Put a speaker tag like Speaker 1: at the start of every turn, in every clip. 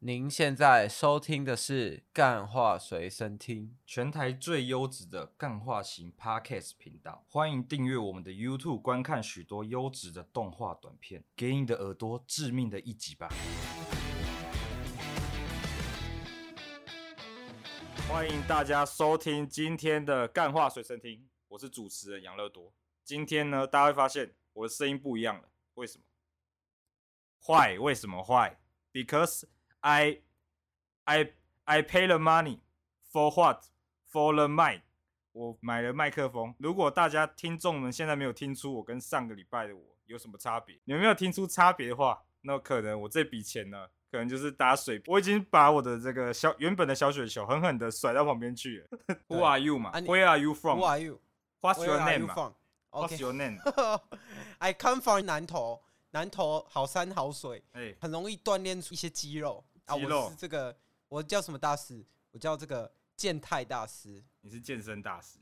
Speaker 1: 您现在收听的是《干话随身听
Speaker 2: 全台最优质的干化型 Podcast 频道，欢迎订阅我们的 YouTube，观看许多优质的动画短片，给你的耳朵致命的一击吧！欢迎大家收听今天的干话随身听，我是主持人杨乐多。今天呢，大家会发现我的声音不一样了，为什么？坏？为什么坏？Because I I I pay the money for what? For the mic. 我买了麦克风。如果大家听众们现在没有听出我跟上个礼拜的我有什么差别，你们没有听出差别的话，那可能我这笔钱呢，可能就是打水漂。我已经把我的这个小原本的小雪球狠狠的甩到旁边去了。Who are you 嘛、
Speaker 3: 啊你
Speaker 2: w h e r e are you
Speaker 3: Who
Speaker 2: from?
Speaker 3: are you?
Speaker 2: What's
Speaker 3: Where
Speaker 2: your
Speaker 3: are
Speaker 2: name?
Speaker 3: you
Speaker 2: 嘛
Speaker 3: from?
Speaker 2: What's
Speaker 3: OK.
Speaker 2: your name?
Speaker 3: I come from 南投，南投好山好水，
Speaker 2: 哎、
Speaker 3: 很容易锻炼出一些肌肉啊。
Speaker 2: 肌肉
Speaker 3: 我是这个，我叫什么大师？我叫这个健太大师，
Speaker 2: 你是健身大师，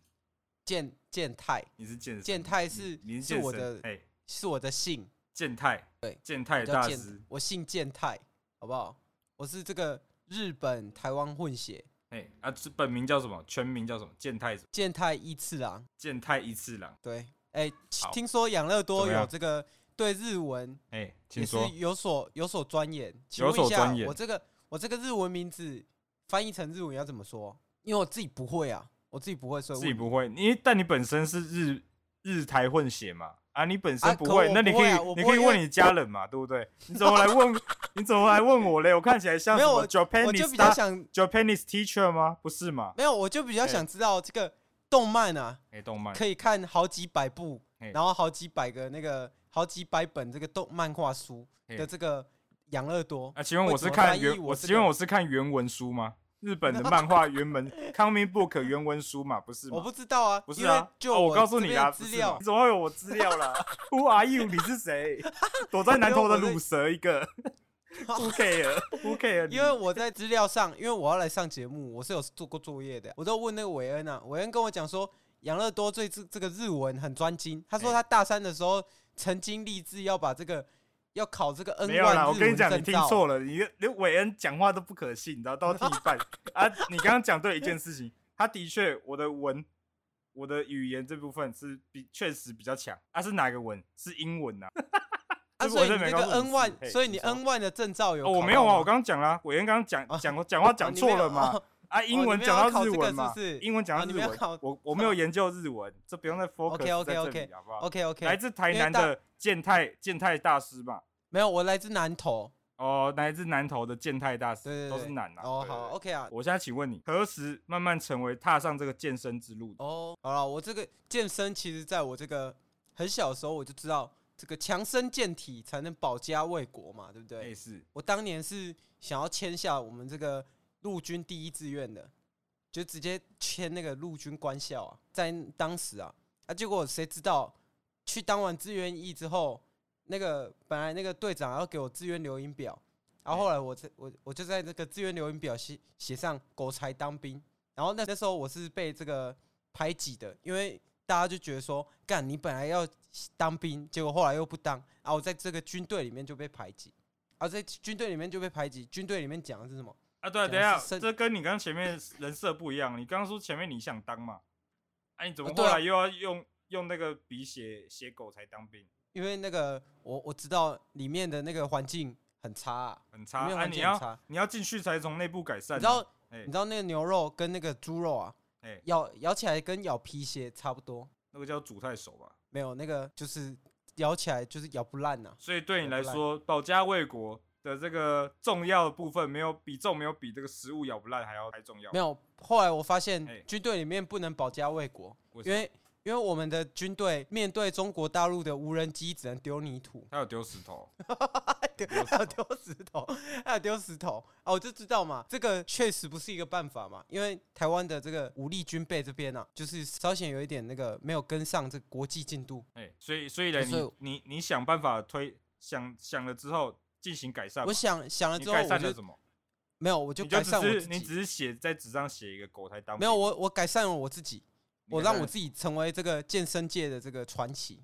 Speaker 3: 健健太，
Speaker 2: 你是健身
Speaker 3: 健太是
Speaker 2: 你你是
Speaker 3: 是
Speaker 2: 健
Speaker 3: 我
Speaker 2: 身
Speaker 3: 的
Speaker 2: 哎、
Speaker 3: 是我的姓，
Speaker 2: 健太
Speaker 3: 对
Speaker 2: 健太
Speaker 3: 我
Speaker 2: 大
Speaker 3: 叫
Speaker 2: 师
Speaker 3: 健，我姓健太，好不好？我是这个日本台湾混血
Speaker 2: 哎、啊，这本名叫什么？全名叫什么？健太什么？
Speaker 3: 健太一次郎。
Speaker 2: 健太一次郎。
Speaker 3: 对，哎、
Speaker 2: 好
Speaker 3: 听说养乐
Speaker 2: 怎
Speaker 3: 多
Speaker 2: 么
Speaker 3: 有
Speaker 2: 样
Speaker 3: 这个对日文
Speaker 2: 哎、
Speaker 3: 也
Speaker 2: 请
Speaker 3: 是
Speaker 2: 说。
Speaker 3: 有所有所钻研。请
Speaker 2: 有
Speaker 3: 问一
Speaker 2: 所
Speaker 3: 下
Speaker 2: 钻研
Speaker 3: 我这个我这个日文名字翻译成日文要怎么说？因为我自己不会啊，我自己不会，所以
Speaker 2: 自己
Speaker 3: 问
Speaker 2: 不会，你但你本身是日日台混血嘛？啊，你本身
Speaker 3: 啊
Speaker 2: 不
Speaker 3: 可
Speaker 2: 会，
Speaker 3: 我
Speaker 2: 那你
Speaker 3: 不
Speaker 2: 可
Speaker 3: 会
Speaker 2: 以、
Speaker 3: 啊我
Speaker 2: 你
Speaker 3: 不
Speaker 2: 可以
Speaker 3: 会因
Speaker 2: 问
Speaker 3: 为
Speaker 2: 你家人嘛，对不对？你怎么来 问？你怎么来问我嘞？我看起来像
Speaker 3: 没
Speaker 2: 什
Speaker 3: 有
Speaker 2: 么
Speaker 3: 我我
Speaker 2: Japanese
Speaker 3: 就比较
Speaker 2: star-
Speaker 3: 想
Speaker 2: Japanese teacher 吗？不是嘛？
Speaker 3: 没有，我就比较
Speaker 2: 哎
Speaker 3: 想知道这个动漫啊，
Speaker 2: 哎、动 漫
Speaker 3: 可以看好几百部，
Speaker 2: 哎
Speaker 3: 然后好几百个那个好几百本这个动漫画书
Speaker 2: 哎
Speaker 3: 的这个养乐多
Speaker 2: 啊，请问我
Speaker 3: 会
Speaker 2: 是
Speaker 3: 怎么
Speaker 2: 看
Speaker 3: 翻译
Speaker 2: 原，
Speaker 3: 我
Speaker 2: 我
Speaker 3: 这
Speaker 2: 请问
Speaker 3: 个
Speaker 2: 我是看原文书吗？日 本的漫画原文 comic book 原文书嘛，不是
Speaker 3: 我
Speaker 2: 吗？
Speaker 3: 不知道啊，
Speaker 2: 不是
Speaker 3: 因为
Speaker 2: 啊，
Speaker 3: 就
Speaker 2: 哦我告诉
Speaker 3: 这
Speaker 2: 你
Speaker 3: 边
Speaker 2: 啦，
Speaker 3: 资
Speaker 2: 不是嘛
Speaker 3: 料
Speaker 2: 你，怎么会有我资料啦？Who are you？你是谁？躲 在南头的乳蛇一个，Who care？Who care？你
Speaker 3: 因为我在资料上，因为我要来上节目，我是有做过作业的，我都问那个韦恩啊，韦恩跟我讲说，养乐多对这这个日文很专精，他说
Speaker 2: 哎
Speaker 3: 他大三的时候曾经立志要把这个要考这个 N
Speaker 2: 没有啦，
Speaker 3: 万
Speaker 2: 我
Speaker 3: 日
Speaker 2: 跟你
Speaker 3: 文
Speaker 2: 讲，你
Speaker 3: 证
Speaker 2: 听
Speaker 3: 照。
Speaker 2: 错了，你连韦恩讲话都不可信，你知道，都听一 半啊。你刚刚讲对一件事情，他的确，我的文，我的语言这部分是比确实比较强。啊，是哪个文？是英文呐、
Speaker 3: 啊，
Speaker 2: 这
Speaker 3: 所以
Speaker 2: 我真
Speaker 3: 你
Speaker 2: 没
Speaker 3: 那
Speaker 2: 告诉
Speaker 3: 个
Speaker 2: 你
Speaker 3: N 万
Speaker 2: 嘿，
Speaker 3: 所以你
Speaker 2: 你说
Speaker 3: N 万的证照
Speaker 2: 哦，
Speaker 3: 有考到
Speaker 2: 我
Speaker 3: 吗？
Speaker 2: 没有啊，我刚刚讲啦，韦恩刚刚讲
Speaker 3: 啊
Speaker 2: 讲讲话
Speaker 3: 哦
Speaker 2: 讲
Speaker 3: 你没
Speaker 2: 错
Speaker 3: 有
Speaker 2: 了嘛
Speaker 3: 哦？
Speaker 2: 啊，英
Speaker 3: 你
Speaker 2: 文
Speaker 3: 没
Speaker 2: 讲
Speaker 3: 有
Speaker 2: 到
Speaker 3: 考
Speaker 2: 日
Speaker 3: 这个
Speaker 2: 文
Speaker 3: 是不
Speaker 2: 嘛？
Speaker 3: 是
Speaker 2: 英文讲
Speaker 3: 哦
Speaker 2: 到
Speaker 3: 你
Speaker 2: 日
Speaker 3: 没有
Speaker 2: 文
Speaker 3: 考，
Speaker 2: 我我没有研究日文，这不用再 focus 在这
Speaker 3: OK，OK，OK
Speaker 2: 里好不好
Speaker 3: OK OK，
Speaker 2: 来自台
Speaker 3: 因为
Speaker 2: 南
Speaker 3: 大
Speaker 2: 的健太健太大师嘛，
Speaker 3: 没有，我来自南投。
Speaker 2: 哦，来自南投的健太大
Speaker 3: 对
Speaker 2: 师
Speaker 3: 对对，
Speaker 2: 都是南啊。
Speaker 3: 哦
Speaker 2: 对，对
Speaker 3: 好
Speaker 2: 对
Speaker 3: OK 啊。
Speaker 2: 我现在请问你，何时慢慢成为踏上这个健身之路的？
Speaker 3: 哦，好了，我这个健身其实在我这个很小的时候我就知道，这个强身健体才能保家卫国嘛，对不对？
Speaker 2: 类似
Speaker 3: 我当年是想要签下我们这个陆军第一志愿的，就直接签那个陆军官校啊，在当时啊，啊，结果谁知道去当完志愿役之后，那个本来那个队长要给我志愿留营表，然后后来我在我我就在这个志愿留营表写写上狗才当兵，然后那那时候我是被这个排挤的，因为大家就觉得说，干你本来要当兵，结果后来又不当啊，我在这个军队里面就被排挤。啊，在军队里面就被排挤。军队里面讲的是什么？
Speaker 2: 啊，对啊，
Speaker 3: 讲
Speaker 2: 等一下
Speaker 3: 是，身
Speaker 2: 这跟你刚刚前面人设不一样。你刚刚说前面你想当嘛，哎、你怎么
Speaker 3: 哦
Speaker 2: 后
Speaker 3: 对啊
Speaker 2: 来又要用用那个笔写写狗才当兵？
Speaker 3: 因为那个我我知道里面的那个环境很差、啊，
Speaker 2: 很差
Speaker 3: 里面
Speaker 2: 啊！
Speaker 3: 环
Speaker 2: 你
Speaker 3: 境很
Speaker 2: 要
Speaker 3: 差。
Speaker 2: 你要进去才从内部改善、
Speaker 3: 你
Speaker 2: 啊。
Speaker 3: 知道
Speaker 2: 哎、
Speaker 3: 你知道那个牛肉跟那个猪肉啊，
Speaker 2: 哎、
Speaker 3: 咬咬起来跟咬皮鞋差不多，
Speaker 2: 那个叫煮太熟吧？
Speaker 3: 没有那个就是咬起来就是咬不烂啊呐、
Speaker 2: 所以对你来
Speaker 3: 咬不烂
Speaker 2: 说，保家卫国的这个重要的部分，没有比重没有比这个食物咬不烂还要还重要
Speaker 3: 没。有，后来我发现
Speaker 2: 哎
Speaker 3: 军队里面不能保家卫国，
Speaker 2: 为什
Speaker 3: 因为因为我们的军队面对中国大陆的无人机只能丢泥土，
Speaker 2: 他有丢石头，
Speaker 3: 丢
Speaker 2: 丢石
Speaker 3: 还有
Speaker 2: 头
Speaker 3: 丢石头，还有丢石头啊！我就知道嘛，这个确实不是一个办法嘛，因为台湾的这个武力军备这边啊，就是稍显有一点那个没有跟上这个国际进度。
Speaker 2: 哎、所以所以呢，
Speaker 3: 所以
Speaker 2: 你你你想办法推想想了之后进行改善嘛，
Speaker 3: 我想想了
Speaker 2: 啊你
Speaker 3: 之后，
Speaker 2: 改
Speaker 3: 我
Speaker 2: 善了
Speaker 3: 就
Speaker 2: 什么？
Speaker 3: 没有，我就
Speaker 2: 你就
Speaker 3: 改善我
Speaker 2: 只
Speaker 3: 自
Speaker 2: 是你
Speaker 3: 己。
Speaker 2: 只是写在纸上写一个狗才当
Speaker 3: 没有我，我改善了我自己，我让我
Speaker 2: 己
Speaker 3: 自己成为这个健身界的这个传奇。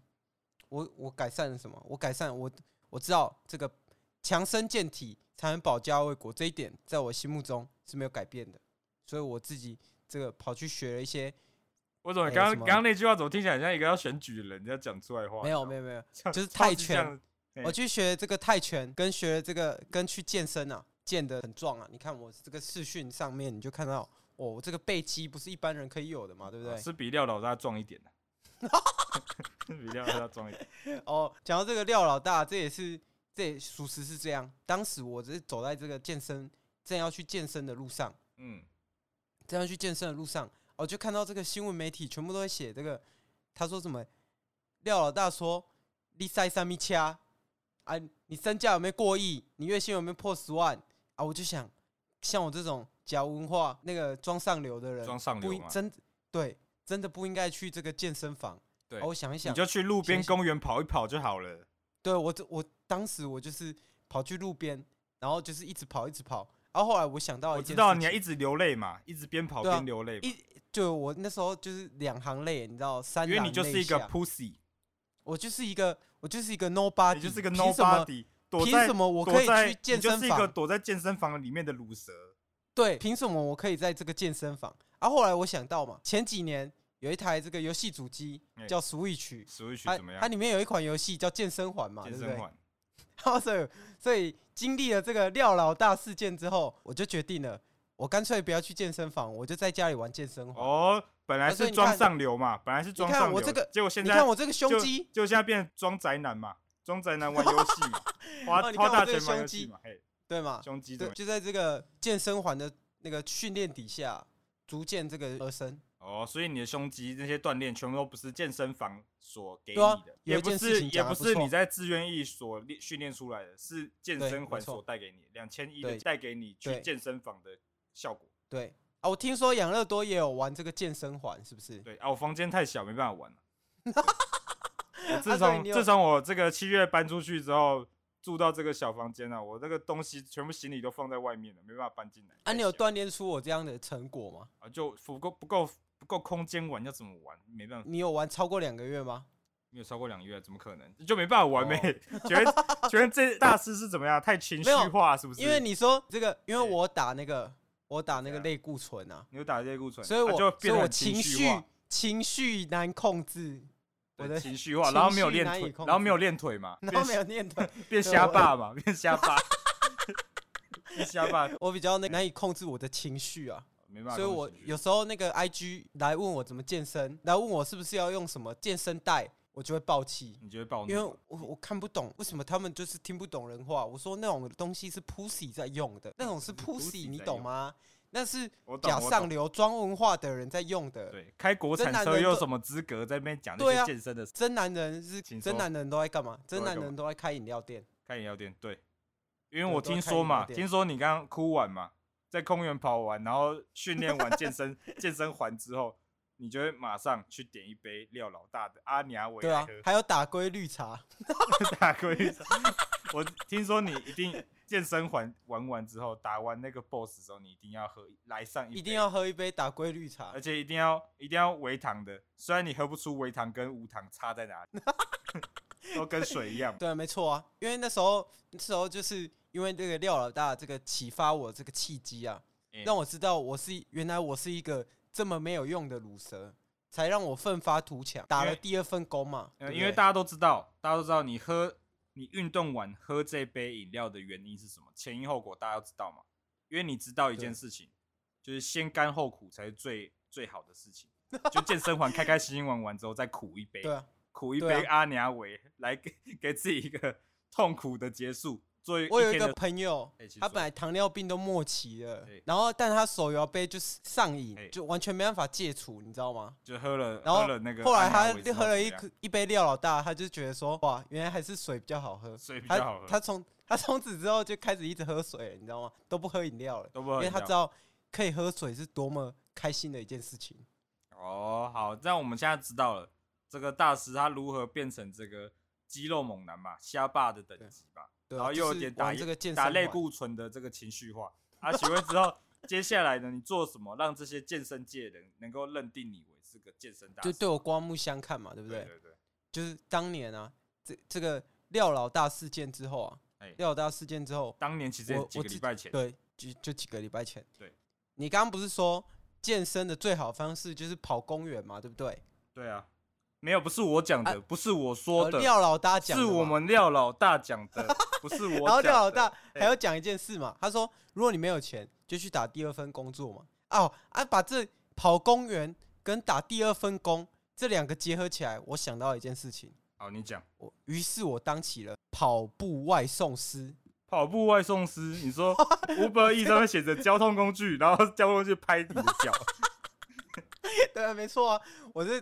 Speaker 3: 我我改善了什么？我改善我我知道这个强身健体才能保家卫国，这一点在我心目中是没有改变的。所以我自己这个跑去学了一些，
Speaker 2: 我怎么
Speaker 3: 哎
Speaker 2: 刚
Speaker 3: 什
Speaker 2: 刚
Speaker 3: 么
Speaker 2: 刚刚那句话怎么听起来很像一个要选举的人要讲出来的话？
Speaker 3: 没有没有没有，
Speaker 2: 有
Speaker 3: 就是泰拳，
Speaker 2: 哎
Speaker 3: 我去学这个泰拳，跟学这个跟去健身啊，健得很壮啊。你看我这个视讯上面，你就看到哦，我这个背肌不是一般人可以有的嘛，对不对？
Speaker 2: 哦是比廖老大壮一点的， 是比廖老大壮一点。
Speaker 3: 哦，讲到这个廖老大，这也是这也属实是这样。当时我只是走在这个健身正要去健身的路上，
Speaker 2: 嗯，
Speaker 3: 正要去健身的路上，我就看到这个新闻媒体全部都在写这个，他说什么廖老大说你塞三米掐啊，你身价有没有过亿？你月薪有没有破十万啊？我就想，像我这种假文化那个装上流的人，
Speaker 2: 装上
Speaker 3: 不
Speaker 2: 流
Speaker 3: 应
Speaker 2: 嘛，
Speaker 3: 真对真的不应该去这个健身房。
Speaker 2: 对
Speaker 3: 啊我想一
Speaker 2: 你
Speaker 3: 想，
Speaker 2: 就去路边
Speaker 3: 想想
Speaker 2: 公园跑一跑就好了。
Speaker 3: 对我这我当时我就是跑去路边，然后就是一直跑一直跑，然后后来我想到
Speaker 2: 我
Speaker 3: 哦一件
Speaker 2: 知
Speaker 3: 事情，
Speaker 2: 道你还一直流泪嘛，一直边跑
Speaker 3: 对啊
Speaker 2: 边流泪嘛，
Speaker 3: 一就我那时候就是两行泪，你知道，三
Speaker 2: 因为
Speaker 3: 行
Speaker 2: 你就是一个
Speaker 3: 泪下
Speaker 2: pussy，
Speaker 3: 我就是一个我就是一个 nobody，
Speaker 2: 你就是个
Speaker 3: 凭什么
Speaker 2: nobody，躲
Speaker 3: 凭
Speaker 2: 在
Speaker 3: 什么我
Speaker 2: 躲
Speaker 3: 可以
Speaker 2: 在
Speaker 3: 去健
Speaker 2: 你
Speaker 3: 身
Speaker 2: 就是一个
Speaker 3: 房？
Speaker 2: 躲在健身房里面的乳蛇。
Speaker 3: 对，凭什么我可以在这个健身房？啊，后来我想到嘛，前几年有一台这个游戏主机
Speaker 2: 哎
Speaker 3: 叫 Switch，
Speaker 2: 属于曲
Speaker 3: 它
Speaker 2: 怎么
Speaker 3: 它
Speaker 2: 样？
Speaker 3: 里面有一款游戏叫健身环嘛，
Speaker 2: 健
Speaker 3: 对不
Speaker 2: 身
Speaker 3: 对？
Speaker 2: 环，
Speaker 3: 然后所以所以经历了这个廖老大事件之后，我就决定了，我干脆不要去健身房，我就在家里玩健身环。
Speaker 2: 哦，本来
Speaker 3: 啊所以
Speaker 2: 是
Speaker 3: 你
Speaker 2: 装
Speaker 3: 看
Speaker 2: 上流嘛，本来是装
Speaker 3: 看
Speaker 2: 上流
Speaker 3: 我
Speaker 2: 的，
Speaker 3: 这个
Speaker 2: 结果现
Speaker 3: 你
Speaker 2: 在
Speaker 3: 看我这个胸肌，
Speaker 2: 就现在变成装宅男嘛，装宅男玩游戏嘛，花
Speaker 3: 哦你看
Speaker 2: 花
Speaker 3: 我
Speaker 2: 大
Speaker 3: 这个
Speaker 2: 钱玩游
Speaker 3: 胸
Speaker 2: 戏
Speaker 3: 肌
Speaker 2: 嘛，嘿，
Speaker 3: 对吗？
Speaker 2: 胸肌怎
Speaker 3: 对，
Speaker 2: 么样？
Speaker 3: 就在这个健身环的那个训练底下，逐渐这个而生。
Speaker 2: 哦，所以你的胸肌那些锻炼全部都不是健身房所给你
Speaker 3: 对啊
Speaker 2: 的，
Speaker 3: 有
Speaker 2: 也
Speaker 3: 一
Speaker 2: 不
Speaker 3: 件事
Speaker 2: 是
Speaker 3: 情
Speaker 2: 也
Speaker 3: 讲
Speaker 2: 不
Speaker 3: 得不
Speaker 2: 是
Speaker 3: 错
Speaker 2: 你在自愿意所练训练出来的，是健
Speaker 3: 对
Speaker 2: 身
Speaker 3: 没
Speaker 2: 环
Speaker 3: 错
Speaker 2: 所带给你两千一的
Speaker 3: 对
Speaker 2: 带给你去
Speaker 3: 对
Speaker 2: 健身房的效果。
Speaker 3: 对啊，我听说养乐多也有玩这个健身环，是不是？
Speaker 2: 对啊，我房间太小，没办法 玩了。对我
Speaker 3: 啊
Speaker 2: 自
Speaker 3: 对
Speaker 2: 从
Speaker 3: 你有
Speaker 2: 自从我这个七月搬出去之后，住到这个小房间啊，我这个东西全部行李都放在外面了，没办法搬进来。
Speaker 3: 啊，
Speaker 2: 太
Speaker 3: 你有
Speaker 2: 小
Speaker 3: 锻炼出我这样的成果吗？
Speaker 2: 啊，就不够不够不够空间玩，要怎么玩？没办法，
Speaker 3: 你有玩超过两个月吗？
Speaker 2: 没有超过两个月，怎么可能？就没办法玩
Speaker 3: 哦
Speaker 2: 呗、 觉得觉得这大师是怎么样？太情绪
Speaker 3: 没有
Speaker 2: 化是不是？
Speaker 3: 因为你说这个，因为
Speaker 2: 对
Speaker 3: 我打那个我打那
Speaker 2: 怎
Speaker 3: 个
Speaker 2: 样
Speaker 3: 类固醇啊，
Speaker 2: 你有打类固醇，
Speaker 3: 所以
Speaker 2: 啊
Speaker 3: 我、
Speaker 2: 就
Speaker 3: 所以
Speaker 2: 变得
Speaker 3: 我
Speaker 2: 很情
Speaker 3: 绪
Speaker 2: 化，
Speaker 3: 情绪难控制，我
Speaker 2: 对
Speaker 3: 的
Speaker 2: 情绪化，然后没有
Speaker 3: 情绪
Speaker 2: 练
Speaker 3: 难以
Speaker 2: 腿，
Speaker 3: 控
Speaker 2: 然后没
Speaker 3: 制
Speaker 2: 有练腿 嘛，
Speaker 3: 然后
Speaker 2: 变
Speaker 3: 没有念头，
Speaker 2: 变
Speaker 3: 对
Speaker 2: 瞎
Speaker 3: 我
Speaker 2: 爸嘛，变瞎 爸，变瞎爸，
Speaker 3: 我比较难难以控制我的情绪啊。
Speaker 2: 没办法控制情绪。
Speaker 3: 所以我有时候那个 IG 来问我怎么健身，来问我是不是要用什么健身带，我就会爆气，
Speaker 2: 你就会暴怒，
Speaker 3: 因为我我看不懂为什么他们就是听不懂人话。我说那种东西是 pussy 在用的，那种是
Speaker 2: 嗯 pussy
Speaker 3: pussy，你
Speaker 2: 在
Speaker 3: 懂
Speaker 2: 用
Speaker 3: 吗？那是
Speaker 2: 我懂
Speaker 3: 假
Speaker 2: 我
Speaker 3: 上
Speaker 2: 懂
Speaker 3: 流装文化的人在用的。
Speaker 2: 对开国
Speaker 3: 真
Speaker 2: 产
Speaker 3: 男
Speaker 2: 车
Speaker 3: 人
Speaker 2: 又有
Speaker 3: 都
Speaker 2: 什么资格在那边讲
Speaker 3: 对
Speaker 2: 那些
Speaker 3: 啊
Speaker 2: 健身的事
Speaker 3: 真男人是
Speaker 2: 请
Speaker 3: 真
Speaker 2: 说
Speaker 3: 男人都在干嘛？真
Speaker 2: 都在
Speaker 3: 男
Speaker 2: 干
Speaker 3: 人都在开饮料店。
Speaker 2: 开饮料店？对，因为
Speaker 3: 对
Speaker 2: 我
Speaker 3: 都
Speaker 2: 听
Speaker 3: 在开
Speaker 2: 说
Speaker 3: 饮料
Speaker 2: 嘛，
Speaker 3: 店
Speaker 2: 听说你刚刚哭完嘛，在公园跑完，然后训练完健 身健身环之后，你就会马上去点一杯廖老大的阿尼亚维
Speaker 3: 对
Speaker 2: 来
Speaker 3: 啊
Speaker 2: 喝，
Speaker 3: 还有打龟绿茶，
Speaker 2: 打龟汤。我听说你一定健身环玩完之后，打完那个 BOSS 的时候，你一定要喝来上一
Speaker 3: 一
Speaker 2: 杯
Speaker 3: 定要喝一杯打龟绿茶
Speaker 2: 而。且一定要一定要微糖的，虽然你喝不出微糖跟无糖差在哪 里，都跟水一样。
Speaker 3: 对啊，没错啊，因为那时候那时候就是因为这个廖老大这个启发我这个契机啊，
Speaker 2: 欸
Speaker 3: 让我知道我是原来我是一个这么没有用的乳蛇，才让我奋发图强，打
Speaker 2: 因
Speaker 3: 了
Speaker 2: 为
Speaker 3: 第二份工嘛。
Speaker 2: 呃
Speaker 3: 对不
Speaker 2: 因为
Speaker 3: 对
Speaker 2: 大家都知道，大家都知道你喝你运动完喝这杯饮料的原因是什么，前因后果大家都知道嘛。因为你知道一件
Speaker 3: 对
Speaker 2: 事情，就是先甘后苦才是最最好的事情。就健身环开开心心玩完之后，再苦一杯，
Speaker 3: 对啊，
Speaker 2: 苦一
Speaker 3: 对啊
Speaker 2: 杯阿娘维，来给给自己一个痛苦的结束。做一
Speaker 3: 我有一
Speaker 2: 天
Speaker 3: 个
Speaker 2: 的，
Speaker 3: 朋友
Speaker 2: 哎请，
Speaker 3: 他
Speaker 2: 说
Speaker 3: 本来糖尿病都末期了
Speaker 2: 哎，
Speaker 3: 然后但他手摇杯就是上瘾
Speaker 2: 哎，
Speaker 3: 就完全没办法戒除，你知道吗？
Speaker 2: 就喝了，
Speaker 3: 然后
Speaker 2: 喝了那个
Speaker 3: 后
Speaker 2: 阿
Speaker 3: 来他
Speaker 2: 娘维之
Speaker 3: 喝了
Speaker 2: 怎么
Speaker 3: 一
Speaker 2: 样
Speaker 3: 一杯廖老大，他就觉得说哇，原来还是水比较好喝。
Speaker 2: 水比较好
Speaker 3: 他
Speaker 2: 喝，
Speaker 3: 他从他从此之后就开始一直喝水了，你知道吗？都不喝饮料了，
Speaker 2: 都不
Speaker 3: 因
Speaker 2: 喝饮料，
Speaker 3: 为他知道可以喝水是多么开心的一件事情。
Speaker 2: 哦，好，这样我们现在知道了这个大师他如何变成这个肌肉猛男嘛，虾霸的等级嘛，
Speaker 3: 对啊，
Speaker 2: 然后又有
Speaker 3: 就是
Speaker 2: 点打
Speaker 3: 玩这个健身
Speaker 2: 打类
Speaker 3: 环
Speaker 2: 固醇的这个情绪化。啊，请问之 后接下来呢，你做什么让这些健身界人能够认定你为是个健身大
Speaker 3: 就
Speaker 2: 师？
Speaker 3: 对我刮目相看嘛，对不
Speaker 2: 对
Speaker 3: 对？
Speaker 2: 对对，
Speaker 3: 就是当年啊，这这个廖老大事件之后啊，
Speaker 2: 哎
Speaker 3: 廖老大事件之后，
Speaker 2: 当年其实也
Speaker 3: 我
Speaker 2: 几
Speaker 3: 我
Speaker 2: 个
Speaker 3: 自
Speaker 2: 礼拜前，
Speaker 3: 对，就就几个礼拜前。
Speaker 2: 对，
Speaker 3: 你刚刚不是说健身的最好方式就是跑公园嘛，对不对？
Speaker 2: 对啊，没有，不是我讲的，不是我说
Speaker 3: 呃
Speaker 2: 的，
Speaker 3: 廖老大讲
Speaker 2: 是
Speaker 3: 的嘛
Speaker 2: 我们廖老大讲的，不 是我。
Speaker 3: 然后廖老大，
Speaker 2: 哎
Speaker 3: 还要讲一件事嘛，他说如果你没有钱，就去打第二份工作嘛。哦啊，把这跑公园跟打第二份工这两个结合起来，我想到一件事情，
Speaker 2: 好，你讲
Speaker 3: 我于是我当起了跑步外送师。
Speaker 2: 跑步外送师，你说 Uber E 上面写着交通工具，然后交通工具拍你的 脚，
Speaker 3: 对啊，没错啊，我这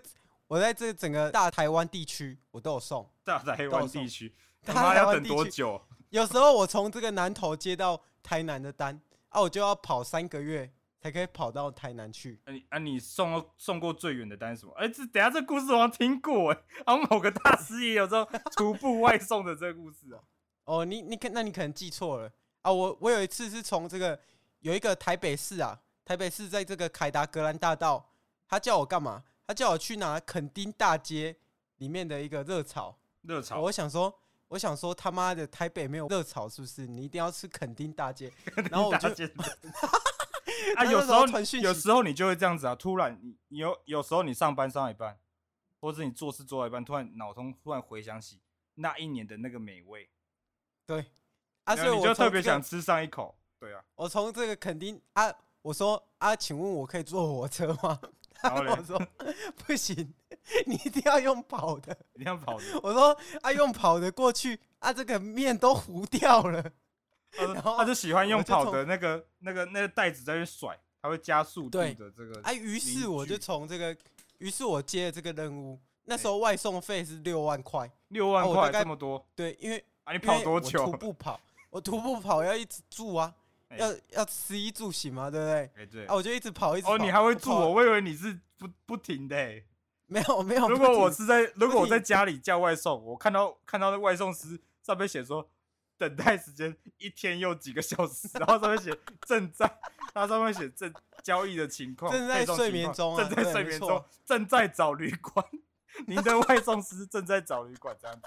Speaker 3: 我在这整个大台湾地区我都有送。
Speaker 2: 大台湾地区，他
Speaker 3: 大
Speaker 2: 妈
Speaker 3: 台
Speaker 2: 要
Speaker 3: 湾
Speaker 2: 等
Speaker 3: 地
Speaker 2: 多
Speaker 3: 区
Speaker 2: 久？
Speaker 3: 有时候我从这个南投接到台南的单，啊，我就要跑三个月才可以跑到台南去。
Speaker 2: 啊你啊你送到送过最远的单是什么？哎、这等一下这故事我好像听过哎、啊某个大师也有这种徒步外送的这个故事啊。
Speaker 3: 哦，你你可那你可能记错了啊！我我有一次是从这个有一个台北市啊，台北市在这个凯达格兰大道，他叫我干嘛？他叫我去拿垦丁大街里面的一个热炒。
Speaker 2: 热潮，
Speaker 3: 我想说，我想说他妈的台北没有热炒是不是？你一定要吃垦丁大街。然后我
Speaker 2: 大
Speaker 3: 就
Speaker 2: 家 见啊，
Speaker 3: 他
Speaker 2: 有
Speaker 3: 那
Speaker 2: 时
Speaker 3: 时候
Speaker 2: 候
Speaker 3: 传讯息
Speaker 2: 有时候你就会这样子啊，突然你你有有时候你上班上到一半，或者你做事做到一半，突然脑中突然回想起那一年的那个美味，
Speaker 3: 对啊，所
Speaker 2: 然
Speaker 3: 以
Speaker 2: 后
Speaker 3: 我
Speaker 2: 你就
Speaker 3: 从
Speaker 2: 特别
Speaker 3: 这个
Speaker 2: 想吃上一 口。对啊，
Speaker 3: 我从这个垦丁啊，我说啊，请问我可以坐火车吗？他
Speaker 2: 然后
Speaker 3: 跟 我
Speaker 2: 嘞，
Speaker 3: 说不行， 你一定要用跑的。
Speaker 2: 一定要跑的。
Speaker 3: 我说啊，用跑的过去啊，这个面都糊掉了。
Speaker 2: 他说
Speaker 3: 然后
Speaker 2: 他就喜欢用
Speaker 3: 我就
Speaker 2: 跑
Speaker 3: 从
Speaker 2: 的那个那个那个袋子在那甩，它会加速度
Speaker 3: 对
Speaker 2: 的这个。
Speaker 3: 啊，于
Speaker 2: 邻
Speaker 3: 是我
Speaker 2: 居
Speaker 3: 就从这个，于是我接了这个任务。那时
Speaker 2: 哎
Speaker 3: 候外送费是六万块，
Speaker 2: 六万
Speaker 3: 啊我
Speaker 2: 块
Speaker 3: 大概
Speaker 2: 这么多
Speaker 3: 对，因为
Speaker 2: 啊！你
Speaker 3: 因为
Speaker 2: 跑多
Speaker 3: 我
Speaker 2: 久
Speaker 3: 徒？步跑，我徒步跑要一直住啊，
Speaker 2: 哎
Speaker 3: 要要吃衣住行嘛，对不对？
Speaker 2: 哎，对
Speaker 3: 啊，。我就一直跑，一直跑。
Speaker 2: 哦，你还会
Speaker 3: 跑
Speaker 2: 住我？我以为你是不不停的欸。
Speaker 3: 没有没有。
Speaker 2: 如
Speaker 3: 不
Speaker 2: 果
Speaker 3: 停
Speaker 2: 我是在如果我
Speaker 3: 停
Speaker 2: 在家里叫外送，我看到看到那外送师上面写说等待时间一天又几个小时，然后上面写正在，它上面写正交易的情况，
Speaker 3: 正在
Speaker 2: 配送
Speaker 3: 睡
Speaker 2: 情
Speaker 3: 眠
Speaker 2: 况
Speaker 3: 中啊
Speaker 2: 正在
Speaker 3: 对
Speaker 2: 睡
Speaker 3: 没
Speaker 2: 眠
Speaker 3: 错
Speaker 2: 中，正在找旅馆。您 的外送师正在找旅馆，这样子。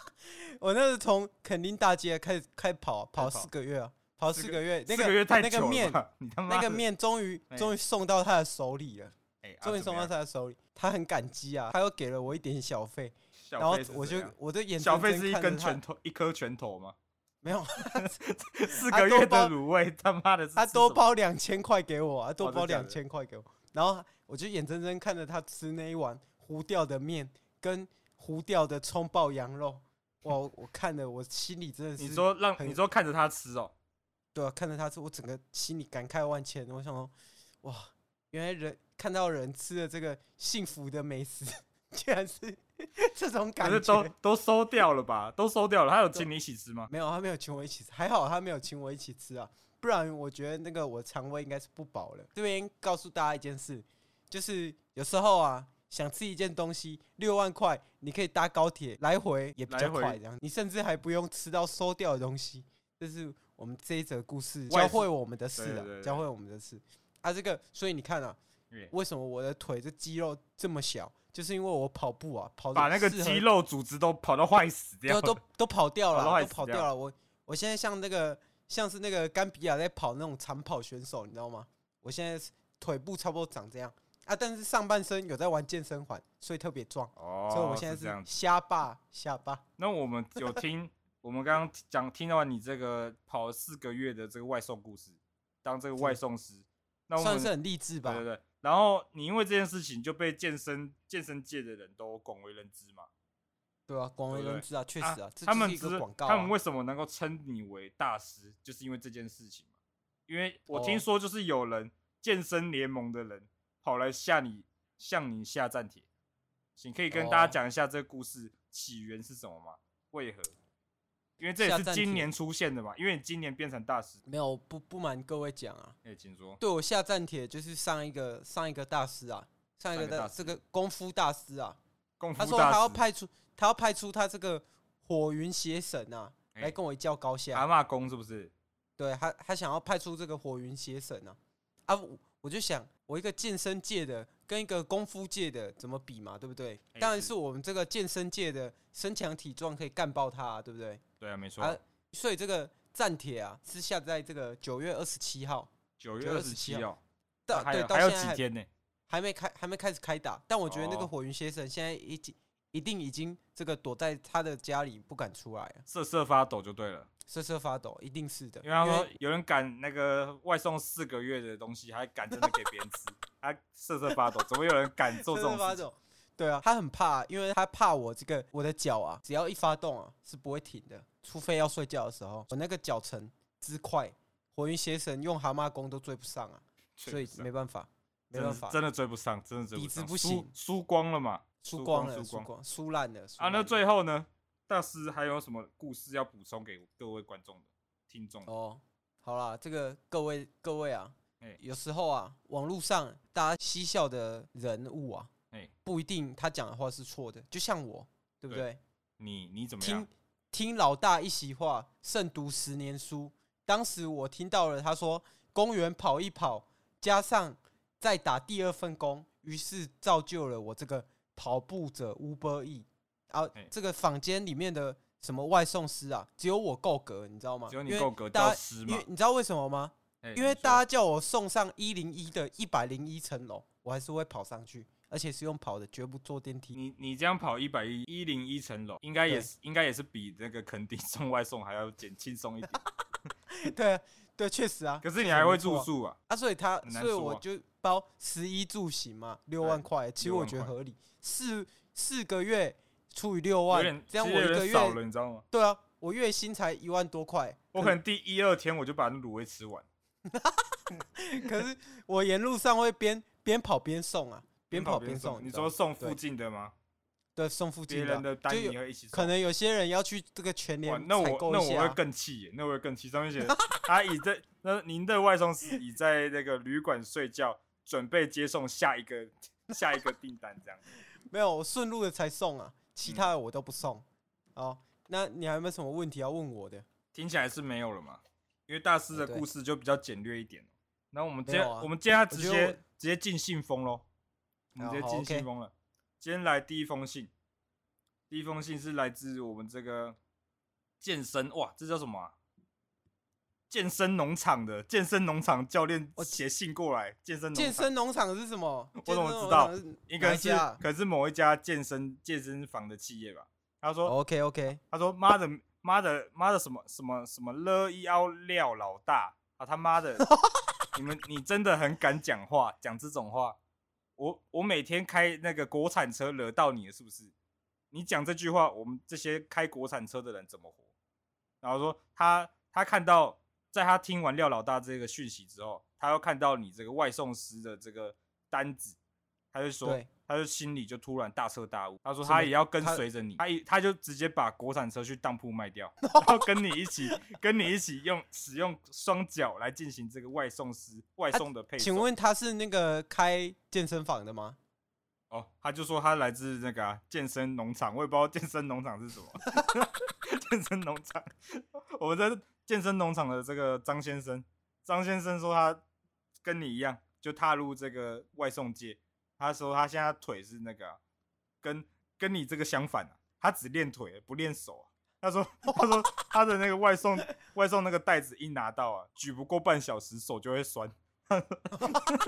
Speaker 3: 我那是从垦丁大街开始开始跑啊，
Speaker 2: 开
Speaker 3: 跑
Speaker 2: 始跑
Speaker 3: 四个月啊，跑四个月，那
Speaker 2: 四个月太
Speaker 3: 那
Speaker 2: 久
Speaker 3: 个
Speaker 2: 了
Speaker 3: 面
Speaker 2: 吧，你他妈
Speaker 3: 那个
Speaker 2: 的，
Speaker 3: 面终于
Speaker 2: 哎
Speaker 3: 终于送到他的手里了，
Speaker 2: 哎啊
Speaker 3: 终于
Speaker 2: 怎
Speaker 3: 送
Speaker 2: 么
Speaker 3: 到
Speaker 2: 样
Speaker 3: 他的手里，他很感激啊，他又给了我一点小费，
Speaker 2: 小
Speaker 3: 然后
Speaker 2: 费是
Speaker 3: 我
Speaker 2: 怎
Speaker 3: 就
Speaker 2: 样
Speaker 3: 我的眼
Speaker 2: 小
Speaker 3: 睁
Speaker 2: 费
Speaker 3: 睁
Speaker 2: 是一
Speaker 3: 看着
Speaker 2: 根
Speaker 3: 他
Speaker 2: 拳头，一颗拳头 吗？
Speaker 3: 没有，
Speaker 2: 四
Speaker 3: 他
Speaker 2: 个
Speaker 3: 多
Speaker 2: 月
Speaker 3: 包
Speaker 2: 的卤味，他妈的是
Speaker 3: 他
Speaker 2: 吃
Speaker 3: 多
Speaker 2: 什么哦
Speaker 3: 包两千块给我啊，多
Speaker 2: 真的
Speaker 3: 包
Speaker 2: 假
Speaker 3: 两
Speaker 2: 的
Speaker 3: 千块给我，然后我就眼睁睁看着他吃那一碗糊掉的面跟糊掉的葱爆羊 肉，哇，我我看的我心里真的是
Speaker 2: 你说让
Speaker 3: 很
Speaker 2: 你说看着他吃哦，
Speaker 3: 对啊，看着他吃，我整个心里感慨万千。我想说，哇，原来人看到人吃的这个幸福的美食， 居然是 这种
Speaker 2: 可
Speaker 3: 感
Speaker 2: 是都
Speaker 3: 觉。
Speaker 2: 都收掉了吧？都收掉了，他有请你一起吃吗？
Speaker 3: 没有，他没有请我一起吃，还好他没有请我一起吃啊，不然我觉得那个我肠胃应该是不饱了。这边告诉大家一件事，就是有时候啊，想吃一件东西，六万块你可以搭高铁来回也比较
Speaker 2: 来回
Speaker 3: 快，这样你甚至还不用吃到馊掉的东西。这是我们这一则故事
Speaker 2: 外
Speaker 3: 教
Speaker 2: 送
Speaker 3: 会我们的事
Speaker 2: 对对
Speaker 3: 啊
Speaker 2: 对，对
Speaker 3: 教会我们的事啊。这个，所以你看啊，为什么我的腿这肌肉这么小，就是因为我跑步啊，跑得
Speaker 2: 把那个
Speaker 3: 适合
Speaker 2: 肌肉组织都跑到坏死掉了，
Speaker 3: 都都都跑掉
Speaker 2: 跑到
Speaker 3: 了，
Speaker 2: 快
Speaker 3: 都
Speaker 2: 死
Speaker 3: 跑
Speaker 2: 掉
Speaker 3: 掉了。我我现在像那个像是那个甘比亚在跑那种长跑选手，你知道吗？我现在腿部差不多长这样啊，但是上半身有在玩健身环，所以特别壮。
Speaker 2: 哦
Speaker 3: 所以我现
Speaker 2: 是
Speaker 3: 在
Speaker 2: 这样子。
Speaker 3: 是虾霸虾霸，
Speaker 2: 那我们有 听，我们刚刚讲听到你这个跑了四个月的这个外送故事，当这个外送师，那我
Speaker 3: 算
Speaker 2: 们
Speaker 3: 是很励志吧
Speaker 2: 对？对对。然后你因为这件事情就被健身健身界的人都广为人知嘛，
Speaker 3: 对啊，广为
Speaker 2: 对对
Speaker 3: 人知啊，确实啊，这
Speaker 2: 他
Speaker 3: 就
Speaker 2: 们
Speaker 3: 是一
Speaker 2: 知
Speaker 3: 个广告啊。
Speaker 2: 他们为什么能够称你为大师，就是因为这件事情嘛。因为我
Speaker 3: 哦
Speaker 2: 听说，就是有人健身联盟的人跑来吓你，向你下战帖。请可以跟大家
Speaker 3: 哦
Speaker 2: 讲一下这个故事起源是什么吗？为何？因为这也
Speaker 3: 下
Speaker 2: 是
Speaker 3: 战帖
Speaker 2: 今年出现的嘛，因为你今年变成大师。
Speaker 3: 没有不不瞒各位讲啊，
Speaker 2: 哎、请说。
Speaker 3: 对我下战帖就是上一个上一个大师啊，上
Speaker 2: 上
Speaker 3: 一
Speaker 2: 一
Speaker 3: 个
Speaker 2: 个
Speaker 3: 大
Speaker 2: 大师
Speaker 3: 这个功夫大师啊，
Speaker 2: 功夫大
Speaker 3: 他
Speaker 2: 师
Speaker 3: 说他要派出他要派出他这个火云邪神啊，
Speaker 2: 哎啊
Speaker 3: 来跟我一较高下。
Speaker 2: 阿嬷功是不是？
Speaker 3: 对他，他想要派出这个火云邪神啊啊！我我就想，我一个健身界的跟一个功夫界的怎么比嘛，对不对？
Speaker 2: 哎
Speaker 3: 当然
Speaker 2: 是
Speaker 3: 是我们这个健身界的身强体壮可以干爆他、啊，对不对？
Speaker 2: 对啊，没错。
Speaker 3: 啊，所以这个站帖啊是下在这个九月二十七号，
Speaker 2: 九
Speaker 3: 月
Speaker 2: 月二十
Speaker 3: 27
Speaker 2: 七号，
Speaker 3: 到
Speaker 2: 那啊还
Speaker 3: 对
Speaker 2: 有
Speaker 3: 到
Speaker 2: 还有
Speaker 3: 现在
Speaker 2: 几
Speaker 3: 还
Speaker 2: 天呢？
Speaker 3: 还没开还没开始开打，但我觉得那个
Speaker 2: 哦
Speaker 3: 火云先生现在已经一定已经这个躲在他的家里不敢出来了，
Speaker 2: 瑟瑟发抖就对了，
Speaker 3: 瑟瑟发抖，一定是的，
Speaker 2: 因为他说有人敢那个外送四个月的东西，还敢真的给别人吃， 他瑟瑟发抖，怎么有人敢做这
Speaker 3: 瑟瑟
Speaker 2: 种
Speaker 3: 发
Speaker 2: 事情？
Speaker 3: 抖。对啊，他很怕，因为他怕我这个我的脚啊，只要一发动啊是不会停的，除非要睡觉的时候，我那个脚程之快，火云邪神用蛤蟆功都追不上啊，所以没办法，没
Speaker 2: 真的
Speaker 3: 办
Speaker 2: 是
Speaker 3: 法，
Speaker 2: 真的追不上，真的追不
Speaker 3: 底子
Speaker 2: 上，
Speaker 3: 不
Speaker 2: 输
Speaker 3: 行
Speaker 2: 输光了嘛？
Speaker 3: 输
Speaker 2: 输
Speaker 3: 光
Speaker 2: 光
Speaker 3: 了，
Speaker 2: 输
Speaker 3: 输
Speaker 2: 光
Speaker 3: 光，输烂了输
Speaker 2: 啊，那
Speaker 3: 烂了
Speaker 2: 最后呢，大师还有什么故事要补充给各位观众的、听众的？
Speaker 3: 哦，好啦，这个各位各位啊，
Speaker 2: 哎
Speaker 3: 有时候啊，网络上大家嬉笑的人物啊，
Speaker 2: 哎
Speaker 3: 不一定他讲的话是错的，就像我，对不
Speaker 2: 对
Speaker 3: 对？
Speaker 2: 你你怎么样
Speaker 3: 听？听老大一席话，胜读十年书。当时我听到了他说公园跑一跑，加上再打第二份工，于是造就了我这个跑步者 Uber E 啊
Speaker 2: 哎，
Speaker 3: 这个坊间里面的什么外送师啊，只有我够格，你知道吗？
Speaker 2: 只有
Speaker 3: 因
Speaker 2: 你
Speaker 3: 为
Speaker 2: 够格
Speaker 3: 大
Speaker 2: 叫
Speaker 3: 家
Speaker 2: 师
Speaker 3: 因
Speaker 2: 嘛
Speaker 3: 为？你知道为什么吗？
Speaker 2: 哎
Speaker 3: 因为
Speaker 2: 你说
Speaker 3: 大家叫我送上一零一的一百零一层楼，我还是会跑上去，而且是用跑的，绝不坐电梯。
Speaker 2: 你你这样跑一百一一零一层楼，应该也是应该也是比那个垦丁送外送还要简轻松 一点。
Speaker 3: 对啊对，确实啊。
Speaker 2: 可是你
Speaker 3: 确实
Speaker 2: 还会
Speaker 3: 没错
Speaker 2: 住
Speaker 3: 啊
Speaker 2: 宿啊？
Speaker 3: 啊，所以他，
Speaker 2: 很难
Speaker 3: 所以
Speaker 2: 说
Speaker 3: 我
Speaker 2: 啊
Speaker 3: 就包十一住行嘛，六
Speaker 2: 对
Speaker 3: 万块，其实
Speaker 2: 6
Speaker 3: 我
Speaker 2: 万
Speaker 3: 觉得
Speaker 2: 块
Speaker 3: 合理。四四个月除以六
Speaker 2: 有
Speaker 3: 万
Speaker 2: 点，
Speaker 3: 这样
Speaker 2: 其
Speaker 3: 我
Speaker 2: 实
Speaker 3: 一
Speaker 2: 有
Speaker 3: 个
Speaker 2: 点少
Speaker 3: 月，
Speaker 2: 了，你知道吗？
Speaker 3: 对啊，我月薪才一万多块，
Speaker 2: 我可能第一二天我就把那卤味吃完，
Speaker 3: 可是我沿路上会边边跑边送啊，边
Speaker 2: 跑
Speaker 3: 边送。
Speaker 2: 你
Speaker 3: 知
Speaker 2: 说
Speaker 3: 道吗
Speaker 2: 送
Speaker 3: 对
Speaker 2: 附近的吗？
Speaker 3: 对送附
Speaker 2: 别
Speaker 3: 近的
Speaker 2: 人
Speaker 3: 啊，
Speaker 2: 的单
Speaker 3: 就
Speaker 2: 你
Speaker 3: 有
Speaker 2: 会一起送？
Speaker 3: 可能有些人要去这个全
Speaker 2: 哇，
Speaker 3: 联
Speaker 2: 那
Speaker 3: 采
Speaker 2: 我
Speaker 3: 购
Speaker 2: 那
Speaker 3: 一下
Speaker 2: 我会
Speaker 3: 啊，
Speaker 2: 更气耶，那我会更气。上面写他已在那您的外送师已在那个旅馆睡觉，准备接送下一个下一个订单，这样子。
Speaker 3: 没有我顺路的才送啊，其他的我都不送。哦，那你还有没有什么问题要问我的？
Speaker 2: 听起来是没有了嘛，因为大师的
Speaker 3: 哎对
Speaker 2: 故事就比较简略一点。然后我们今
Speaker 3: 没
Speaker 2: 天、
Speaker 3: 有啊
Speaker 2: 我们今天要
Speaker 3: 觉
Speaker 2: 直
Speaker 3: 得我
Speaker 2: 接直接进信封喽，我们
Speaker 3: 好
Speaker 2: 直接
Speaker 3: 好
Speaker 2: 进
Speaker 3: OK
Speaker 2: 信封了。今天来第一封信，第一封信是来自我们这个健身哇，这叫什么啊、健身农场的健身农场教练
Speaker 3: 哦
Speaker 2: 写信过来，健身农
Speaker 3: 健
Speaker 2: 场
Speaker 3: 身农场是什么？
Speaker 2: 我怎么知道应该是
Speaker 3: 啊
Speaker 2: 可是某一家健身健身房的企业吧？他说
Speaker 3: OK OK，
Speaker 2: 他说妈的妈的妈的什么什么什么了一奥廖老大啊他妈的，你们你真的很敢讲话，讲这种话，我我每天开那个国产车惹到你了是不是？你讲这句话，我们这些开国产车的人怎么活？然后说他他看到，在他听完廖老大这个讯息之后，他又看到你这个外送师的这个单子，他就说
Speaker 3: 对，
Speaker 2: 他就心里就突然大彻大悟，他说
Speaker 3: 什么
Speaker 2: 他也要跟
Speaker 3: 他
Speaker 2: 随着你，他一他就直接把国产车去当铺卖掉，然后跟你一起跟你一起用使用双脚来进行这个外送师外送的配送。
Speaker 3: 啊请问他是那个开健身房的吗？
Speaker 2: 哦，他就说他来自那个啊、健身农场，我也不知道健身农场是什么。 健身农场，我们在健身农场的这个张先生，张先生说他跟你一样，就踏入这个外送界。他说他现在腿是那个啊、跟跟你这个相反啊，他只练腿不练手啊。他说他说他的那个外送外送那个袋子一拿到啊，举不过半小时手就会酸。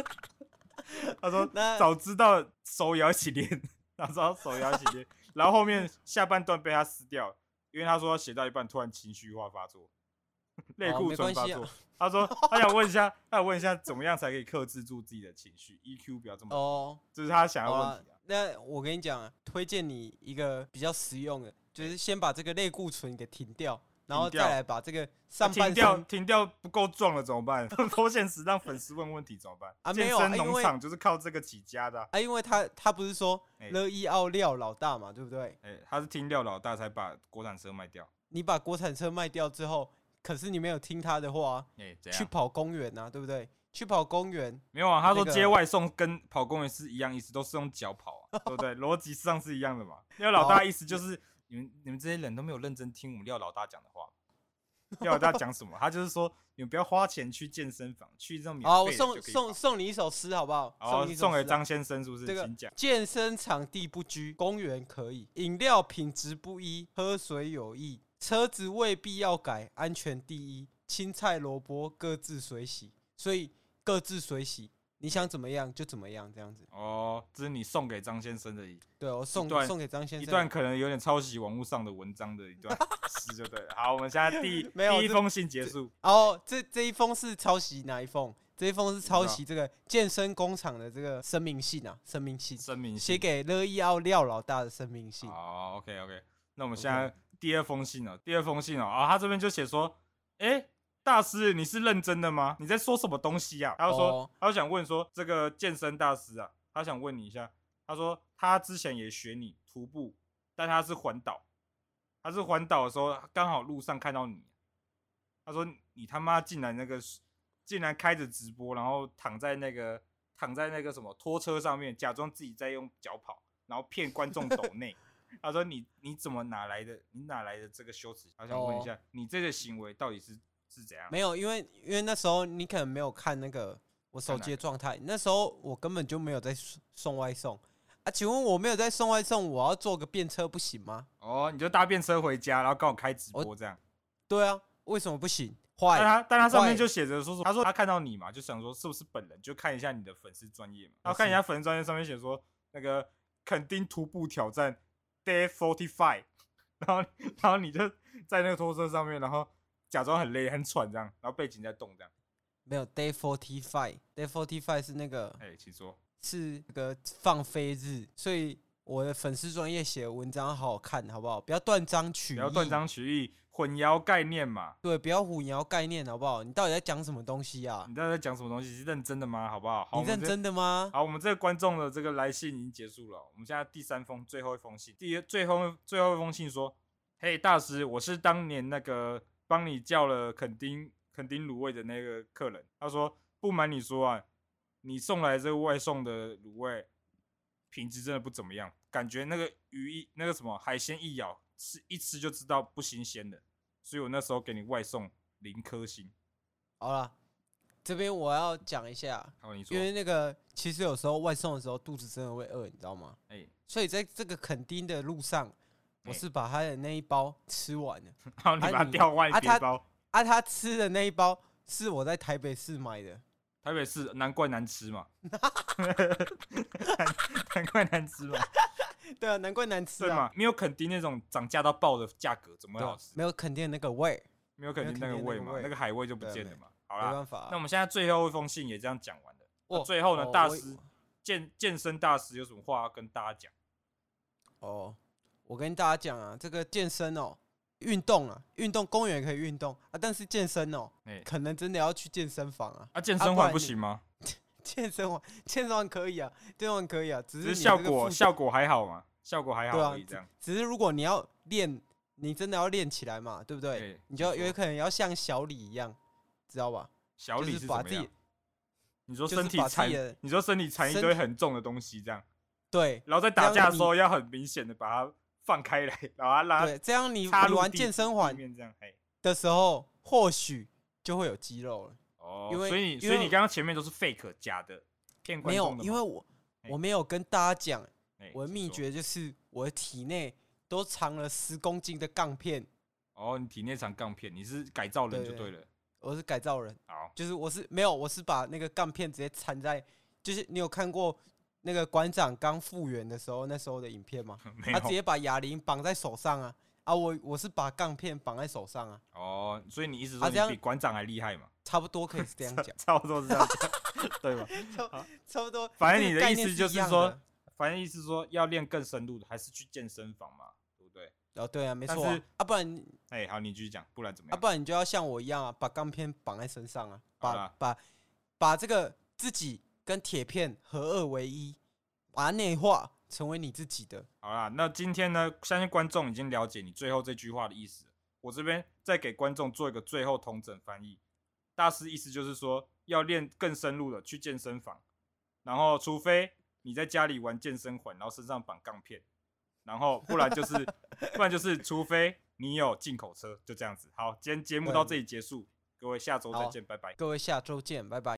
Speaker 2: 他说
Speaker 3: 那
Speaker 2: 早知道手也要一起练， 早知道手也要一起 练，然后后面下半段被他撕掉了，因为他说他写到一半突然情绪化发作， 类
Speaker 3: 哦
Speaker 2: 固
Speaker 3: 没
Speaker 2: 醇
Speaker 3: 关
Speaker 2: 发
Speaker 3: 系啊
Speaker 2: 作。他说他想问一下，他想问一下怎么样才可以克制住自己的情绪，EQ 不要这么，
Speaker 3: 哦，
Speaker 2: 这是他想要
Speaker 3: 好
Speaker 2: 问
Speaker 3: 啦
Speaker 2: 题啊。
Speaker 3: 那我跟你讲啊，推荐你一个比较实用的，就是先把这个类固醇给停掉，然后
Speaker 2: 停掉
Speaker 3: 再来把这个上
Speaker 2: 停
Speaker 3: 半
Speaker 2: 掉
Speaker 3: 身
Speaker 2: 停掉不够壮了怎么办？ 脱现实让粉丝问问题怎么办？
Speaker 3: 啊没
Speaker 2: 健
Speaker 3: 有啊
Speaker 2: 身
Speaker 3: 因
Speaker 2: 农
Speaker 3: 为
Speaker 2: 场就是靠这个起家的啊、
Speaker 3: 啊，因为他他不是说
Speaker 2: 哎
Speaker 3: 乐意奥廖老大嘛，对不对？
Speaker 2: 哎、他是听廖老大才把国产车卖掉。
Speaker 3: 你把国产车卖掉之后，可是你没有听他的话，啊
Speaker 2: 哎、怎
Speaker 3: 去
Speaker 2: 样？
Speaker 3: 跑公园啊，对不对？去跑公园，
Speaker 2: 没有啊，他说
Speaker 3: 那个
Speaker 2: 接外送跟跑公园是一样意思，都是用脚跑、 啊，对不对？逻辑上是一样的嘛。廖老
Speaker 3: 哦
Speaker 2: 大意思就是你们你们这些人都没有认真听我们廖老大讲的话。 廖老大讲什么？他就是说你们不要花钱去健身房，去这种免
Speaker 3: 好，哦我
Speaker 2: 费的就可
Speaker 3: 送
Speaker 2: 以
Speaker 3: 送
Speaker 2: 跑
Speaker 3: 送你一首诗好不好？
Speaker 2: 好
Speaker 3: 你一首
Speaker 2: 送给
Speaker 3: 诗啊
Speaker 2: 张先生是不是？
Speaker 3: 这个
Speaker 2: 请讲。
Speaker 3: 健身场地不拘，公园可以，饮料品质不一，喝水有益，车子未必要改，安全第一，青菜萝卜各自水洗，所以各自水洗，你想怎么样就怎么样，这样子。
Speaker 2: 哦，这是你送给张先生的一
Speaker 3: 对我送
Speaker 2: 段
Speaker 3: 送给张先生
Speaker 2: 一段，可能有点抄袭网络上的文章的一 段诗就对了。好，我们现在第一
Speaker 3: 没有
Speaker 2: 第一
Speaker 3: 这
Speaker 2: 封信结束。
Speaker 3: 哦，这这一封是抄袭哪一封？这一封是抄袭这个健身工厂的这个声明信啊，声明信
Speaker 2: 声明
Speaker 3: 写
Speaker 2: 信。
Speaker 3: 给乐意奥廖老大的声明信。
Speaker 2: 好，OK OK，那我们现在第二封信哦，第二封信哦，啊，他这边就写说，诶，大师，你是认真的吗？你在说什么东西呀、啊？他就说，
Speaker 3: 哦
Speaker 2: 他就想问说，这个健身大师啊，他想问你一下，他说他之前也学你徒步，但他是环岛，他是环岛的时候刚好路上看到你，啊他说你他妈竟然那个竟然开着直播，然后躺在那个躺在那个什么拖车上面，假装自己在用脚跑，然后骗观众抖内。他说你你怎么哪来的你哪来的这个羞耻？他想问一下，你这个行为到底是是怎样？
Speaker 3: 没有，因为因为那时候你可能没有看那个我手机的状态，那时候我根本就没有在送送外送啊。请问我没有在送外送，我要坐个便车不行吗？
Speaker 2: 哦，你就搭便车回家，然后刚好开直播这样。
Speaker 3: 对啊，为什么不行？
Speaker 2: 但
Speaker 3: 坏，
Speaker 2: 他但他上面
Speaker 3: 坏
Speaker 2: 就写着说什么？他说他看到你嘛，就想说是不是本人，就看一下你的粉丝专业嘛。然后看一下粉丝专业上面写说那个垦丁徒步挑战 Day Forty Five，然 后然后你就在那个拖车上面，然后假装很累很喘这样，然后背景在动这样。
Speaker 3: 没有 day forty five，day forty five 是那个
Speaker 2: 哎、请说。
Speaker 3: 是那个放飞日，所以我的粉丝专业写的文章好好看，好不好？不要断章取
Speaker 2: 不
Speaker 3: 义，
Speaker 2: 要断章取义，混淆概念嘛。
Speaker 3: 对，不要混淆概念，好不好？你到底在讲什么东西啊？
Speaker 2: 你到底在讲什么东西？是认真的吗？好不好？嗯好，
Speaker 3: 你认
Speaker 2: 我们
Speaker 3: 真的吗
Speaker 2: 这。？好，我们这个观众的这个来信已经结束了。我们现在第三封，最后一封信，第最后最后一封信说：“嘿，大师，我是当年那个帮你叫了垦丁垦丁卤味的那个客人。”他说：“不瞒你说啊，你送来这个外送的卤味品质真的不怎么样，感觉那个鱼一那个什么海鲜一咬，吃一吃就知道不新鲜的。所以我那时候给你外送零颗星。”
Speaker 3: 好了，这边我要讲一下，
Speaker 2: 好，你说
Speaker 3: 因，为那个其实有时候外送的时候肚子真的会饿，你知道吗？
Speaker 2: 哎，
Speaker 3: 所以在这个垦丁的路上，我
Speaker 2: 哎
Speaker 3: 是把他的那一包吃完了。
Speaker 2: 然后你
Speaker 3: 啊
Speaker 2: 把它
Speaker 3: 你
Speaker 2: 调换
Speaker 3: 啊
Speaker 2: 别
Speaker 3: 他
Speaker 2: 包，
Speaker 3: 啊，他吃的那一包是我在台北市 买的，
Speaker 2: 台北市难怪难吃 嘛，难怪难吃 嘛，
Speaker 3: 对啊，难怪难吃
Speaker 2: 对
Speaker 3: 啊。
Speaker 2: 嘛？没有肯定那种涨价到爆的价格，怎么会
Speaker 3: 对啊
Speaker 2: 好吃？
Speaker 3: 没有垦丁的那个味儿，
Speaker 2: 没有肯定那个味嘛，那个海味就不见了嘛。好
Speaker 3: 没
Speaker 2: 啦，
Speaker 3: 办法啊、
Speaker 2: 那我们现在最后一封信也这样讲完了。那
Speaker 3: 哦
Speaker 2: 最后呢，
Speaker 3: 哦
Speaker 2: 大
Speaker 3: 我
Speaker 2: 师健健身大师有什么话要跟大家讲？
Speaker 3: 哦，我跟大家讲啊，这个健身哦，运动啊，运动公园也可以运动啊，但是健身哦，
Speaker 2: 哎，
Speaker 3: 可能真的要去健身房啊。
Speaker 2: 啊，健
Speaker 3: 啊
Speaker 2: 身
Speaker 3: 不
Speaker 2: 环
Speaker 3: 然
Speaker 2: 不
Speaker 3: 你
Speaker 2: 行吗？
Speaker 3: 健身房，健身房可以啊，健身房可以啊，只
Speaker 2: 只
Speaker 3: 是
Speaker 2: 是
Speaker 3: 你
Speaker 2: 效
Speaker 3: 这个
Speaker 2: 果
Speaker 3: 负
Speaker 2: 效果还好嘛，效果还好
Speaker 3: 对啊
Speaker 2: 而已这样。
Speaker 3: 只是如果你要练，你真的要练起来嘛，对不对？
Speaker 2: 对
Speaker 3: 你就
Speaker 2: 没错
Speaker 3: 有可能要像小李一样，知道吧？
Speaker 2: 小李
Speaker 3: 就是是
Speaker 2: 怎
Speaker 3: 把
Speaker 2: 么
Speaker 3: 自
Speaker 2: 样
Speaker 3: 己？
Speaker 2: 你说
Speaker 3: 就是
Speaker 2: 身体
Speaker 3: 把自
Speaker 2: 缠
Speaker 3: 己的，
Speaker 2: 你说身体缠一
Speaker 3: 身
Speaker 2: 堆很重的东西这样。
Speaker 3: 对
Speaker 2: 然后在
Speaker 3: 这
Speaker 2: 打
Speaker 3: 样
Speaker 2: 架的
Speaker 3: 你
Speaker 2: 时候要很明显的把它放开来，然后它拉
Speaker 3: 对，这样你
Speaker 2: 插
Speaker 3: 你
Speaker 2: 入
Speaker 3: 玩
Speaker 2: 地
Speaker 3: 健身
Speaker 2: 地
Speaker 3: 环
Speaker 2: 面这样，嘿，
Speaker 3: 的时候，或许就会有肌肉了。
Speaker 2: 哦
Speaker 3: 因为
Speaker 2: 所以你
Speaker 3: 因
Speaker 2: 所以你
Speaker 3: 为
Speaker 2: 刚刚前面都是 fake 假的骗观
Speaker 3: 没有
Speaker 2: 众，的
Speaker 3: 因
Speaker 2: 嘛，
Speaker 3: 为我
Speaker 2: 哎
Speaker 3: 我没有跟大家讲，
Speaker 2: 嘿
Speaker 3: 我的
Speaker 2: 请
Speaker 3: 秘
Speaker 2: 说
Speaker 3: 诀就是我的体内都藏了十公斤的杠片，
Speaker 2: 哦，你体内藏杠片，你是改造人就
Speaker 3: 对
Speaker 2: 对了。
Speaker 3: 我是改造人。
Speaker 2: 好，
Speaker 3: 就是我是没有，我是把那个杠片直接缠在，就是你有看过那个馆长刚复原的时候那时候的影片吗？
Speaker 2: 没
Speaker 3: 啊他直
Speaker 2: 有
Speaker 3: 接把哑铃绑在手上啊啊！我我是把杠片绑在手上啊，
Speaker 2: 哦，所以你意思
Speaker 3: 啊
Speaker 2: 说
Speaker 3: 这样
Speaker 2: 你比馆长还厉害嘛？
Speaker 3: 差不多可以是这样讲，
Speaker 2: 差不多是这样子，对吧？
Speaker 3: 差不 多。
Speaker 2: 反正
Speaker 3: 这
Speaker 2: 你
Speaker 3: 个
Speaker 2: 的
Speaker 3: 概
Speaker 2: 意
Speaker 3: 念
Speaker 2: 思就是
Speaker 3: 一样
Speaker 2: 说
Speaker 3: 的，
Speaker 2: 反正意思说要练更深入的，还是去健身房嘛，对不对？
Speaker 3: 哦对啊，没
Speaker 2: 但
Speaker 3: 错啊
Speaker 2: 是，
Speaker 3: 啊不然
Speaker 2: 哎，好，你继续讲，不然怎么
Speaker 3: 啊
Speaker 2: 样？
Speaker 3: 不然你就要像我一样啊，把杠片绑在身上啊，
Speaker 2: 好
Speaker 3: 把
Speaker 2: 啦
Speaker 3: 把把这个自己跟铁片合二为一，把它内化成为你自己的。
Speaker 2: 好啦，那今天呢，相信观众已经了解你最后这句话的意思了。我这边再给观众做一个最后同整翻译。大师意思就是说，要练更深入的去健身房，然后除非你在家里玩健身环，然后身上绑杠片，然后不然就是 不然就是，除非你有进口车，就这样子。好，今天节目到这里结束，各位下周再
Speaker 3: 好
Speaker 2: 见，拜拜。
Speaker 3: 各位下周见，拜拜。